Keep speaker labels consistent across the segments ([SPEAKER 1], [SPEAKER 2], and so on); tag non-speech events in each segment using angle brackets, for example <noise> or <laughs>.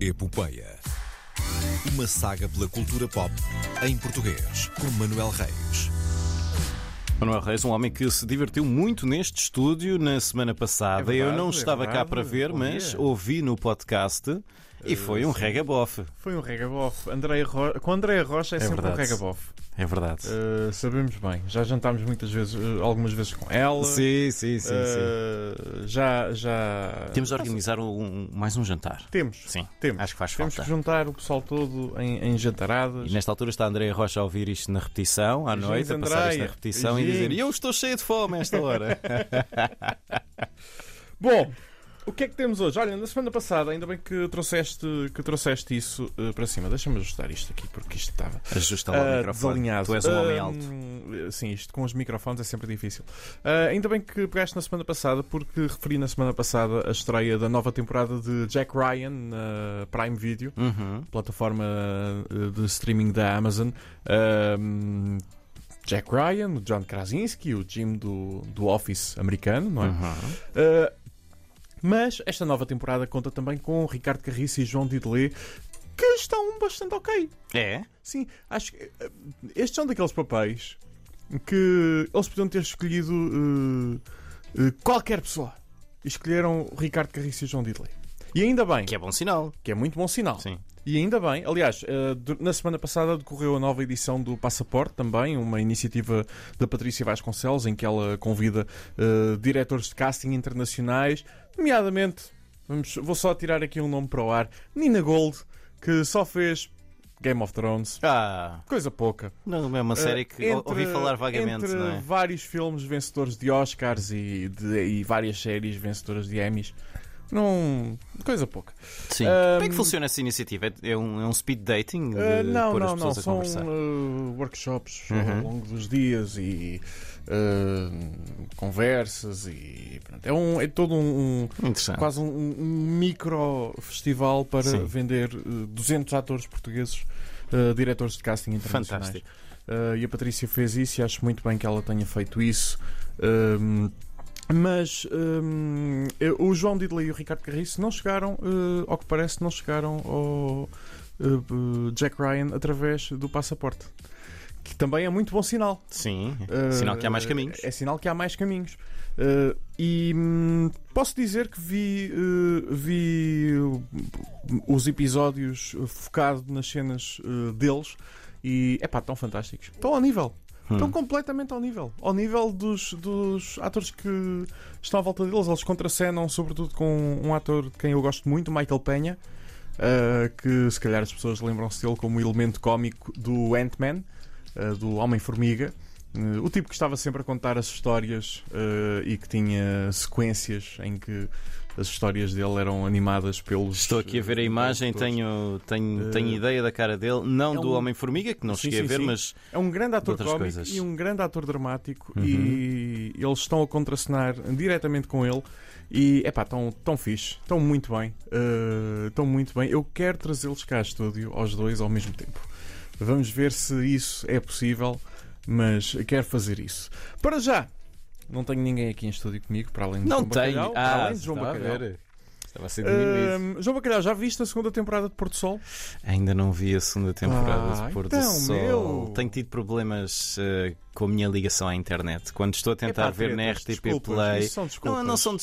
[SPEAKER 1] Epopeia. Uma saga pela cultura pop em português, com Manuel Reis.
[SPEAKER 2] Manuel Reis, um homem que se divertiu muito neste estúdio na semana passada.
[SPEAKER 3] É verdade,
[SPEAKER 2] Eu não
[SPEAKER 3] é
[SPEAKER 2] estava cá
[SPEAKER 3] verdade.
[SPEAKER 2] para ver,
[SPEAKER 3] Bom
[SPEAKER 2] mas
[SPEAKER 3] dia.
[SPEAKER 2] ouvi no podcast e foi um regabof.
[SPEAKER 3] Foi um regabof. André Ro... Com André Rocha é, sempre
[SPEAKER 2] verdade.
[SPEAKER 3] um regabof.
[SPEAKER 2] É verdade.
[SPEAKER 3] Uh, sabemos bem. Já jantámos muitas vezes, uh, algumas vezes com ela.
[SPEAKER 2] sim, sim, sim, sim.
[SPEAKER 3] Uh, Já, já.
[SPEAKER 2] Eh, Temos de organizar um- mais um jantar.
[SPEAKER 3] Temos.
[SPEAKER 2] Sim,
[SPEAKER 3] Temos.
[SPEAKER 2] acho que faz
[SPEAKER 3] Temos
[SPEAKER 2] falta.
[SPEAKER 3] que juntar o pessoal todo em, em jantaradas.
[SPEAKER 2] E nesta altura está André Rocha a ouvir isto na repetição, à
[SPEAKER 3] Beijinhos,
[SPEAKER 2] noite, a passar isto na
[SPEAKER 3] Andréia.
[SPEAKER 2] repetição e
[SPEAKER 3] Beijinhos.
[SPEAKER 2] dizer: Eu estou cheio de fome a esta <laughs> hora.
[SPEAKER 3] Bom, o que é que temos hoje? Olha, na semana passada, ainda bem que trouxeste, que trouxeste isso uh, para cima. Deixa-me ajustar isto aqui, porque isto estava.
[SPEAKER 2] Ajusta lá o
[SPEAKER 3] Ah,
[SPEAKER 2] microfone.
[SPEAKER 3] desalinhado.
[SPEAKER 2] Tu és um homem
[SPEAKER 3] Ah,
[SPEAKER 2] alto.
[SPEAKER 3] Sim, isto com os microfones é sempre difícil. Ah, ainda bem que pegaste na semana passada, porque referi na semana passada a estreia da nova temporada de Jack Ryan na Prime Video,
[SPEAKER 2] Uhum.
[SPEAKER 3] plataforma ah, de streaming da Amazon. Ah, Jack Ryan, o John Krasinski, o Jim do, do Office americano, não é?
[SPEAKER 2] Uhum.
[SPEAKER 3] Uh, mas esta nova temporada conta também com Ricardo Carriço e João Didelé, que estão bastante ok.
[SPEAKER 2] É?
[SPEAKER 3] Sim, acho que uh, estes são daqueles papéis que eles podiam ter escolhido uh, uh, qualquer pessoa. E Escolheram Ricardo Carriço e João Didelé. E ainda bem,
[SPEAKER 2] Que é bom sinal.
[SPEAKER 3] que é muito bom sinal.
[SPEAKER 2] Sim.
[SPEAKER 3] E ainda bem, aliás, eh, dur- na semana passada decorreu a nova edição do Passaporte, também uma iniciativa da Patrícia Vasconcelos, em que ela convida eh, diretores de casting internacionais, nomeadamente, vamos, vou só tirar aqui um nome para o ar, Nina Gold, que só fez Game of Thrones,
[SPEAKER 2] Ah,
[SPEAKER 3] coisa pouca.
[SPEAKER 2] não é uma série que
[SPEAKER 3] Eh,
[SPEAKER 2] ou- ouvi falar vagamente,
[SPEAKER 3] entre
[SPEAKER 2] não é?
[SPEAKER 3] vários filmes vencedores de Oscars e, de- e várias séries vencedoras de Emmys, não, coisa pouca.
[SPEAKER 2] Sim.
[SPEAKER 3] Ahm,
[SPEAKER 2] Como é que funciona essa iniciativa? É- É um, é um speed dating? De
[SPEAKER 3] Uh, não,
[SPEAKER 2] pôr as
[SPEAKER 3] não, não.
[SPEAKER 2] pessoas a
[SPEAKER 3] São
[SPEAKER 2] conversar.
[SPEAKER 3] uh, workshops
[SPEAKER 2] Uhum.
[SPEAKER 3] ao longo dos dias e uh, conversas e pronto. É, um, é todo um, um-
[SPEAKER 2] Interessante.
[SPEAKER 3] quase um, um micro festival para
[SPEAKER 2] Sim.
[SPEAKER 3] vender uh, 200 atores portugueses, uh, diretores de casting internacionais.
[SPEAKER 2] Fantástico.
[SPEAKER 3] Uh, e a Patrícia fez isso e acho muito bem que ela tenha feito isso. Um, mas um, eu- o João Diddley e o Ricardo Carriço não chegaram, uh, ao que parece, não chegaram ao uh, Jack Ryan através do passaporte. Que também é muito bom sinal.
[SPEAKER 2] Sim.
[SPEAKER 3] Uh,
[SPEAKER 2] sinal que há mais caminhos.
[SPEAKER 3] É sinal que há mais caminhos. Uh, e hum, posso dizer que vi, uh, vi uh, os episódios uh, focado nas cenas uh, deles e é pá, tão fantásticos. Estão ao nível. Estão
[SPEAKER 2] Hum.
[SPEAKER 3] completamente ao nível. Ao nível dos, dos atores que estão à volta deles. Eles contracenam, sobretudo, com um ator de quem eu gosto muito, Michael Penha. uh, que se calhar as pessoas lembram-se dele como o elemento cómico do Ant-Man, uh, do Homem-Formiga. Uh, o tipo que estava sempre a contar as histórias uh, e que tinha sequências em que as histórias dele eram animadas pelos.
[SPEAKER 2] Estou aqui a ver a
[SPEAKER 3] uh,
[SPEAKER 2] imagem,
[SPEAKER 3] autores.
[SPEAKER 2] tenho, tenho,
[SPEAKER 3] Uh,
[SPEAKER 2] tenho ideia da cara dele. Não
[SPEAKER 3] é
[SPEAKER 2] do
[SPEAKER 3] um-
[SPEAKER 2] Homem-Formiga, que não
[SPEAKER 3] Sim,
[SPEAKER 2] cheguei
[SPEAKER 3] sim,
[SPEAKER 2] a ver,
[SPEAKER 3] sim.
[SPEAKER 2] mas
[SPEAKER 3] É um grande ator
[SPEAKER 2] outras
[SPEAKER 3] cómico
[SPEAKER 2] coisas.
[SPEAKER 3] e um grande ator dramático
[SPEAKER 2] Uhum.
[SPEAKER 3] e eles estão a contracenar diretamente com ele e é pá, estão tão fixe, estão muito bem, eh, estão muito bem. Eu quero trazê-los cá ao estúdio, aos dois ao mesmo tempo. Vamos ver se isso é possível, mas quero fazer isso. Para já, não tenho ninguém aqui em estúdio comigo, para além de
[SPEAKER 2] não
[SPEAKER 3] João
[SPEAKER 2] tenho.
[SPEAKER 3] Bacalhau. para
[SPEAKER 2] Ah,
[SPEAKER 3] além de João
[SPEAKER 2] estava a
[SPEAKER 3] Bacalhau.
[SPEAKER 2] ver. Estava a ser diminuído.
[SPEAKER 3] Ahm, João Bacalhau, já viste a segunda temporada de Porto Sol?
[SPEAKER 2] Ainda não vi a segunda temporada
[SPEAKER 3] Ah,
[SPEAKER 2] de Pôr do
[SPEAKER 3] então,
[SPEAKER 2] Sol.
[SPEAKER 3] meu.
[SPEAKER 2] Tenho tido problemas eh, com a minha ligação à internet. Quando estou a tentar
[SPEAKER 3] Epá,
[SPEAKER 2] ver na
[SPEAKER 3] tretas,
[SPEAKER 2] RTP
[SPEAKER 3] desculpas,
[SPEAKER 2] Play.
[SPEAKER 3] isso são
[SPEAKER 2] Não,
[SPEAKER 3] desculpas.
[SPEAKER 2] não são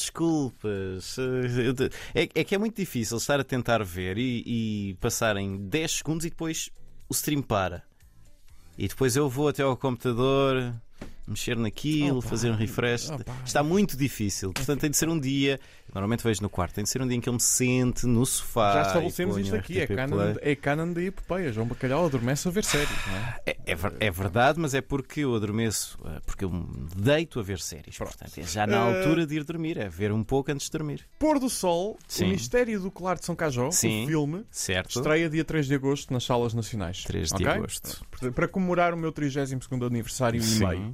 [SPEAKER 2] desculpas. Eh, eu te- É, é que é muito difícil estar a tentar ver e, e passarem 10 segundos e depois o stream para. E depois eu vou até ao computador, mexer naquilo,
[SPEAKER 3] Opa,
[SPEAKER 2] fazer um refresh.
[SPEAKER 3] opa.
[SPEAKER 2] Está muito difícil. Portanto, tem de ser um dia. Normalmente vejo no quarto. Tem de ser um dia em que eu me sente no sofá.
[SPEAKER 3] Já
[SPEAKER 2] e
[SPEAKER 3] estabelecemos
[SPEAKER 2] ponho
[SPEAKER 3] isto aqui, é
[SPEAKER 2] RTP
[SPEAKER 3] canon,
[SPEAKER 2] Play.
[SPEAKER 3] é canon da epopeia. João Bacalhau adormece a ver séries, não é?
[SPEAKER 2] É, é ver- é verdade, mas é porque eu adormeço, eh, porque eu me deito a ver séries.
[SPEAKER 3] Pronto.
[SPEAKER 2] Portanto, é já na
[SPEAKER 3] Eh,
[SPEAKER 2] altura de ir dormir, é ver um pouco antes de dormir.
[SPEAKER 3] <laughs> Pôr do Sol,
[SPEAKER 2] Sim.
[SPEAKER 3] O Mistério do Colar de São Cajó,
[SPEAKER 2] Sim.
[SPEAKER 3] o filme,
[SPEAKER 2] Certo?
[SPEAKER 3] estreia dia 3 de agosto nas salas nacionais.
[SPEAKER 2] 3 de
[SPEAKER 3] Ok?
[SPEAKER 2] agosto.
[SPEAKER 3] Portanto, Para comemorar o meu 32º aniversário e meio.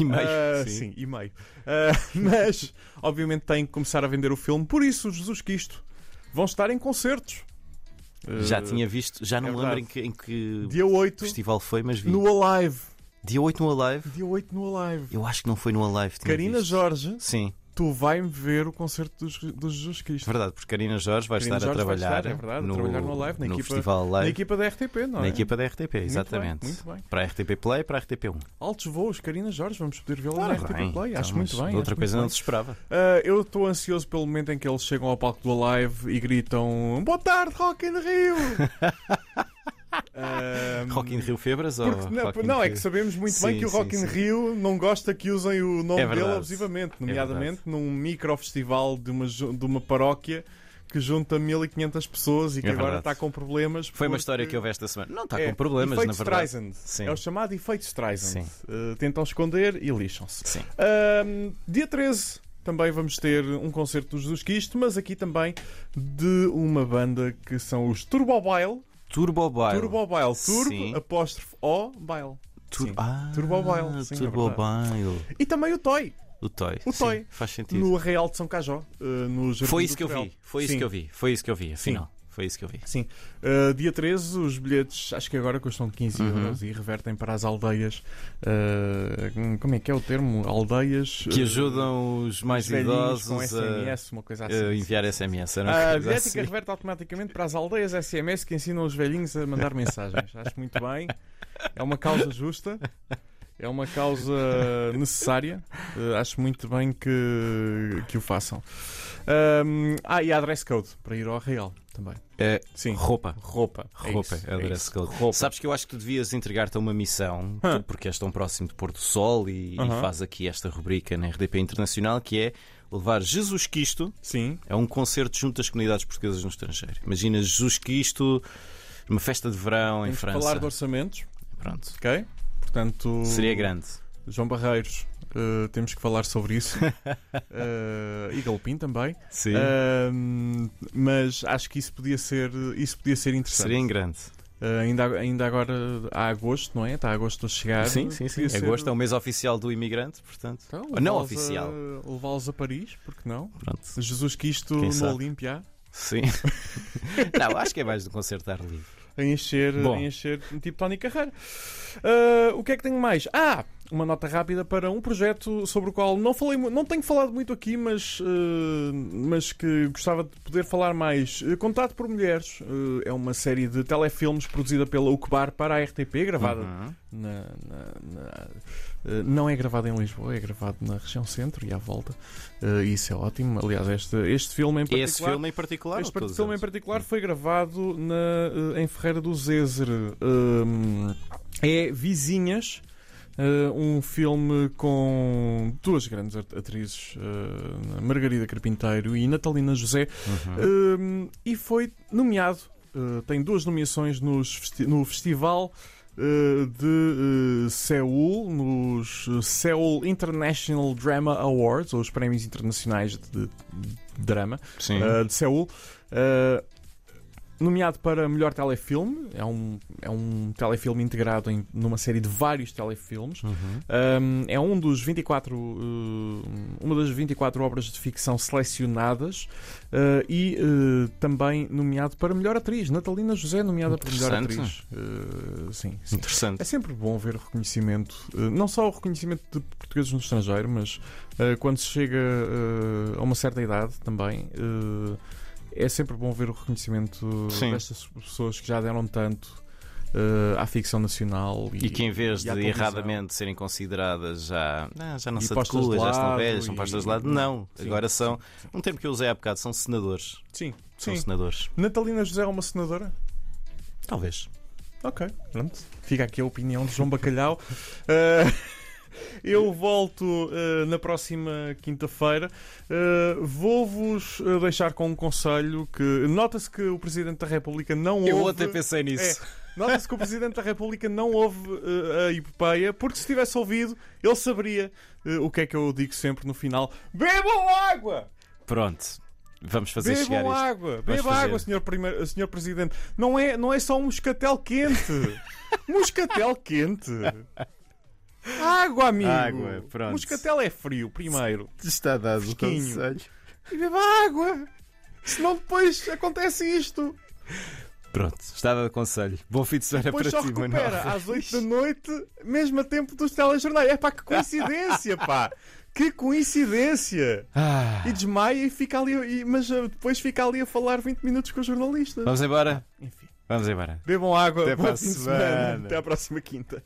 [SPEAKER 2] E meio.
[SPEAKER 3] Ah,
[SPEAKER 2] sim.
[SPEAKER 3] sim, e meio. Ah, <laughs> mas, obviamente, tem que começar a vender o filme, por isso, os Jesus Cristo vão estar em concertos.
[SPEAKER 2] Já
[SPEAKER 3] Ah,
[SPEAKER 2] tinha visto, já não
[SPEAKER 3] é
[SPEAKER 2] me lembro em
[SPEAKER 3] verdade.
[SPEAKER 2] que, em que
[SPEAKER 3] Dia 8
[SPEAKER 2] festival foi, mas vi.
[SPEAKER 3] no Alive.
[SPEAKER 2] Dia 8 no Alive.
[SPEAKER 3] Dia 8 no Alive.
[SPEAKER 2] Eu acho que não foi no Alive. tinha
[SPEAKER 3] Karina
[SPEAKER 2] visto.
[SPEAKER 3] Jorge
[SPEAKER 2] Sim. é
[SPEAKER 3] tu vai-me ver o concerto dos, dos Jesus Cristo.
[SPEAKER 2] Verdade, porque Karina Jorge vai
[SPEAKER 3] Karina
[SPEAKER 2] estar
[SPEAKER 3] Jorge
[SPEAKER 2] a
[SPEAKER 3] vai
[SPEAKER 2] trabalhar,
[SPEAKER 3] estar, é verdade, a
[SPEAKER 2] no,
[SPEAKER 3] trabalhar no Live, na
[SPEAKER 2] no
[SPEAKER 3] equipa-
[SPEAKER 2] Festival
[SPEAKER 3] Na
[SPEAKER 2] Live,
[SPEAKER 3] equipa da RTP, não
[SPEAKER 2] na
[SPEAKER 3] é?
[SPEAKER 2] equipa da RTP, exatamente.
[SPEAKER 3] Bem, muito bem.
[SPEAKER 2] Para a RTP Play, para a RTP1.
[SPEAKER 3] Altos voos, Karina Jorge, vamos poder vê-la
[SPEAKER 2] Ora
[SPEAKER 3] na RTP
[SPEAKER 2] um. bem,
[SPEAKER 3] Play.
[SPEAKER 2] então,
[SPEAKER 3] acho muito
[SPEAKER 2] mas
[SPEAKER 3] bem.
[SPEAKER 2] Outra
[SPEAKER 3] acho
[SPEAKER 2] coisa não
[SPEAKER 3] muito bem.
[SPEAKER 2] se esperava.
[SPEAKER 3] Ah, eu estou ansioso pelo momento em que eles chegam ao palco do live e gritam Boa tarde, Rock in
[SPEAKER 2] <laughs>
[SPEAKER 3] Rio! Ah,
[SPEAKER 2] Rock in Rio Febras ou
[SPEAKER 3] porque não,
[SPEAKER 2] Rock in
[SPEAKER 3] não, é
[SPEAKER 2] Rio?
[SPEAKER 3] que sabemos muito
[SPEAKER 2] Sim,
[SPEAKER 3] bem que o
[SPEAKER 2] sim,
[SPEAKER 3] Rock in
[SPEAKER 2] sim.
[SPEAKER 3] Rio não gosta que usem o nome
[SPEAKER 2] É
[SPEAKER 3] dele
[SPEAKER 2] verdade.
[SPEAKER 3] abusivamente,
[SPEAKER 2] É
[SPEAKER 3] nomeadamente num microfestival de uma, ju- de uma paróquia que junta 1500 pessoas e que
[SPEAKER 2] É
[SPEAKER 3] agora
[SPEAKER 2] verdade.
[SPEAKER 3] está com problemas.
[SPEAKER 2] Foi uma
[SPEAKER 3] porque-
[SPEAKER 2] história que houve esta semana. Não está
[SPEAKER 3] É,
[SPEAKER 2] com problemas,
[SPEAKER 3] efeito
[SPEAKER 2] na verdade.
[SPEAKER 3] eh, Streisand.
[SPEAKER 2] Sim.
[SPEAKER 3] É o chamado efeito Streisand.
[SPEAKER 2] Sim.
[SPEAKER 3] Eh, tentam esconder e lixam-se.
[SPEAKER 2] Sim.
[SPEAKER 3] Ahm, dia 13 também vamos ter um concerto dos Jesus Cristo, mas aqui também de uma banda que são os Turbo Bile.
[SPEAKER 2] Turbo Bile.
[SPEAKER 3] Turbo Bile.
[SPEAKER 2] Sim.
[SPEAKER 3] Turbo, apóstrofe O, Bile.
[SPEAKER 2] Tur
[SPEAKER 3] Sim.
[SPEAKER 2] ah,
[SPEAKER 3] Turbo Bile, sim, é
[SPEAKER 2] Turbo Bile.
[SPEAKER 3] E também o Toy,
[SPEAKER 2] O Toy.
[SPEAKER 3] O
[SPEAKER 2] sim,
[SPEAKER 3] Toy.
[SPEAKER 2] Faz sentido.
[SPEAKER 3] no Real de São Cajó. eh, no Jardim
[SPEAKER 2] Foi
[SPEAKER 3] do
[SPEAKER 2] isso que eu
[SPEAKER 3] Torel.
[SPEAKER 2] vi. Foi isso
[SPEAKER 3] Sim.
[SPEAKER 2] que eu vi. Foi isso que eu vi, afinal. Foi isso que eu vi.
[SPEAKER 3] Sim. Uh, dia 13, os bilhetes acho que agora custam 15
[SPEAKER 2] Uhum.
[SPEAKER 3] euros e revertem para as aldeias. uh, como é que é o termo? Aldeias.
[SPEAKER 2] Que
[SPEAKER 3] uh,
[SPEAKER 2] ajudam os mais
[SPEAKER 3] os velhinhos
[SPEAKER 2] idosos
[SPEAKER 3] com
[SPEAKER 2] a,
[SPEAKER 3] SMS, uma coisa
[SPEAKER 2] a
[SPEAKER 3] assim.
[SPEAKER 2] enviar SMS. Era uma
[SPEAKER 3] A
[SPEAKER 2] coisa
[SPEAKER 3] bilhética
[SPEAKER 2] assim.
[SPEAKER 3] reverte automaticamente para as aldeias SMS que ensinam os velhinhos a
[SPEAKER 2] <laughs>
[SPEAKER 3] mandar mensagens. Acho muito bem. É uma causa justa. É uma causa necessária. Uh, acho muito bem que, que o façam. Um, ah, e a dress code para ir ao Real também.
[SPEAKER 2] É,
[SPEAKER 3] Sim.
[SPEAKER 2] Roupa.
[SPEAKER 3] Roupa. É
[SPEAKER 2] Roupa,
[SPEAKER 3] isso,
[SPEAKER 2] é o
[SPEAKER 3] é
[SPEAKER 2] dress
[SPEAKER 3] isso.
[SPEAKER 2] code.
[SPEAKER 3] Roupa.
[SPEAKER 2] Sabes que eu acho que tu devias entregar-te a uma missão,
[SPEAKER 3] Hã?
[SPEAKER 2] tu- porque és tão próximo do pôr do sol e, e
[SPEAKER 3] Aham.
[SPEAKER 2] faz aqui esta rubrica na RDP Internacional, que é levar Jesus Cristo
[SPEAKER 3] Sim.
[SPEAKER 2] a um concerto junto às comunidades portuguesas no estrangeiro. Imagina Jesus Cristo numa festa de verão em
[SPEAKER 3] Vamos
[SPEAKER 2] França.
[SPEAKER 3] falar de orçamentos,
[SPEAKER 2] Pronto.
[SPEAKER 3] ok? Portanto,
[SPEAKER 2] Seria grande.
[SPEAKER 3] João Barreiros, eh, temos que falar sobre
[SPEAKER 2] <laughs>
[SPEAKER 3] isso. Eh, e Galopim também.
[SPEAKER 2] Sim.
[SPEAKER 3] Ah, mas acho que isso podia ser, isso podia ser interessante.
[SPEAKER 2] Seria em grande.
[SPEAKER 3] Ah, ainda, ainda agora há agosto, não é? Está agosto a chegar.
[SPEAKER 2] Sim, sim, sim.
[SPEAKER 3] Podia ser-
[SPEAKER 2] Agosto é o mês oficial do imigrante, portanto.
[SPEAKER 3] Então,
[SPEAKER 2] Ou não
[SPEAKER 3] levá-los
[SPEAKER 2] oficial.
[SPEAKER 3] a- Levá-los a Paris, porque não?
[SPEAKER 2] Pronto.
[SPEAKER 3] Jesus Cristo
[SPEAKER 2] Quem
[SPEAKER 3] no
[SPEAKER 2] sabe?
[SPEAKER 3] Olímpia.
[SPEAKER 2] Sim. <laughs> não, acho que é mais do concerto de ar livre.
[SPEAKER 3] a encher,
[SPEAKER 2] Bom.
[SPEAKER 3] a encher tipo Tony Carreira. Ah, o que é que tenho mais? Ah, uma nota rápida para um projeto sobre o qual não falei, mu- não tenho falado muito aqui, mas, ah, mas que gostava de poder falar mais. Eh, Contato por Mulheres ah, é uma série de telefilmes produzida pela UCBAR para a RTP, gravada
[SPEAKER 2] Uhum.
[SPEAKER 3] na, na- na- eh, não é gravado em Lisboa, é gravado na região centro e à volta. Eh, isso é ótimo. Aliás, este, este filme em particular.
[SPEAKER 2] é Esse filme em particular?
[SPEAKER 3] Este
[SPEAKER 2] ou todos
[SPEAKER 3] filme em
[SPEAKER 2] eles?
[SPEAKER 3] particular foi gravado na, eh, em Ferreira do Zezer. Hum, é Vizinhas, eh, um filme com duas grandes at- atrizes, eh, Margarida Carpinteiro e Natalina José,
[SPEAKER 2] Uhum.
[SPEAKER 3] Hum, e foi nomeado. eh, tem duas nomeações nos festi- no Festival eh, de eh, Seul, nos eh, Seul International Drama Awards, ou os Prémios Internacionais de- de Drama.
[SPEAKER 2] Uhum. Sim.
[SPEAKER 3] Uh, de Seul. Uh, nomeado para melhor telefilme. É um, é um telefilme integrado em, numa série de vários telefilmes.
[SPEAKER 2] Uhum.
[SPEAKER 3] Um, é um dos 24, uh, uma das 24 obras de ficção selecionadas uh, e uh, também nomeado para melhor atriz. Natalina José, nomeada para melhor atriz.
[SPEAKER 2] Interessante.
[SPEAKER 3] Uh, sim, sim.
[SPEAKER 2] Interessante.
[SPEAKER 3] É sempre bom ver o reconhecimento, eh, não só o reconhecimento de portugueses no estrangeiro, mas eh, quando se chega eh, a uma certa idade também, eh, é sempre bom ver o reconhecimento
[SPEAKER 2] Sim.
[SPEAKER 3] destas pessoas que já deram tanto eh, à ficção nacional e,
[SPEAKER 2] E que em vez
[SPEAKER 3] e à
[SPEAKER 2] de
[SPEAKER 3] televisão.
[SPEAKER 2] erradamente serem consideradas já, ah, já não
[SPEAKER 3] E
[SPEAKER 2] se
[SPEAKER 3] postas
[SPEAKER 2] adequam,
[SPEAKER 3] de
[SPEAKER 2] já
[SPEAKER 3] lado
[SPEAKER 2] estão velhas, são
[SPEAKER 3] e-
[SPEAKER 2] postas de lado, não.
[SPEAKER 3] Sim,
[SPEAKER 2] Agora
[SPEAKER 3] sim,
[SPEAKER 2] são,
[SPEAKER 3] sim.
[SPEAKER 2] um termo que eu usei há bocado, são senadores.
[SPEAKER 3] Sim,
[SPEAKER 2] São
[SPEAKER 3] sim.
[SPEAKER 2] senadores.
[SPEAKER 3] Natalina José é uma senadora?
[SPEAKER 2] Talvez.
[SPEAKER 3] Ok, pronto. Fica aqui a opinião de João Bacalhau. <laughs> Eh, eu volto eh, na próxima quinta-feira. Eh, Vou-vos eh, deixar com um conselho que nota-se que o Presidente da República não
[SPEAKER 2] Eu
[SPEAKER 3] ouve. É,
[SPEAKER 2] ontem pensei nisso.
[SPEAKER 3] Nota-se que o Presidente da República não ouve eh, a epopeia, porque se tivesse ouvido, ele saberia eh, o que é que eu digo sempre no final: Bebam água!
[SPEAKER 2] Pronto. Vamos fazer chegar
[SPEAKER 3] É. Bebam
[SPEAKER 2] isto.
[SPEAKER 3] água, beba
[SPEAKER 2] fazer.
[SPEAKER 3] água, senhor, primeiro, senhor Presidente. Não é, não é só um moscatel quente. <laughs> moscatel quente. Água, amigo.
[SPEAKER 2] Água, pronto.
[SPEAKER 3] Moscatel é frio, primeiro.
[SPEAKER 2] Está dado o
[SPEAKER 3] Fresquinho. E beba água. Senão depois acontece isto.
[SPEAKER 2] Pronto, está dado o conselho. Bom fim de semana
[SPEAKER 3] Depois
[SPEAKER 2] para
[SPEAKER 3] só
[SPEAKER 2] ti,
[SPEAKER 3] recupera
[SPEAKER 2] Manuel.
[SPEAKER 3] <laughs> às 8 da noite, mesmo a tempo dos telejornais. É pá, que coincidência, pá. Que coincidência!
[SPEAKER 2] Ah,
[SPEAKER 3] E desmaia e fica ali, e- mas ah, depois fica ali a falar 20 minutos com o jornalista.
[SPEAKER 2] vamos embora?
[SPEAKER 3] Enfim.
[SPEAKER 2] Vamos embora.
[SPEAKER 3] Bebam água.
[SPEAKER 2] Até
[SPEAKER 3] bom
[SPEAKER 2] para a
[SPEAKER 3] fim de
[SPEAKER 2] semana.
[SPEAKER 3] Até à próxima quinta.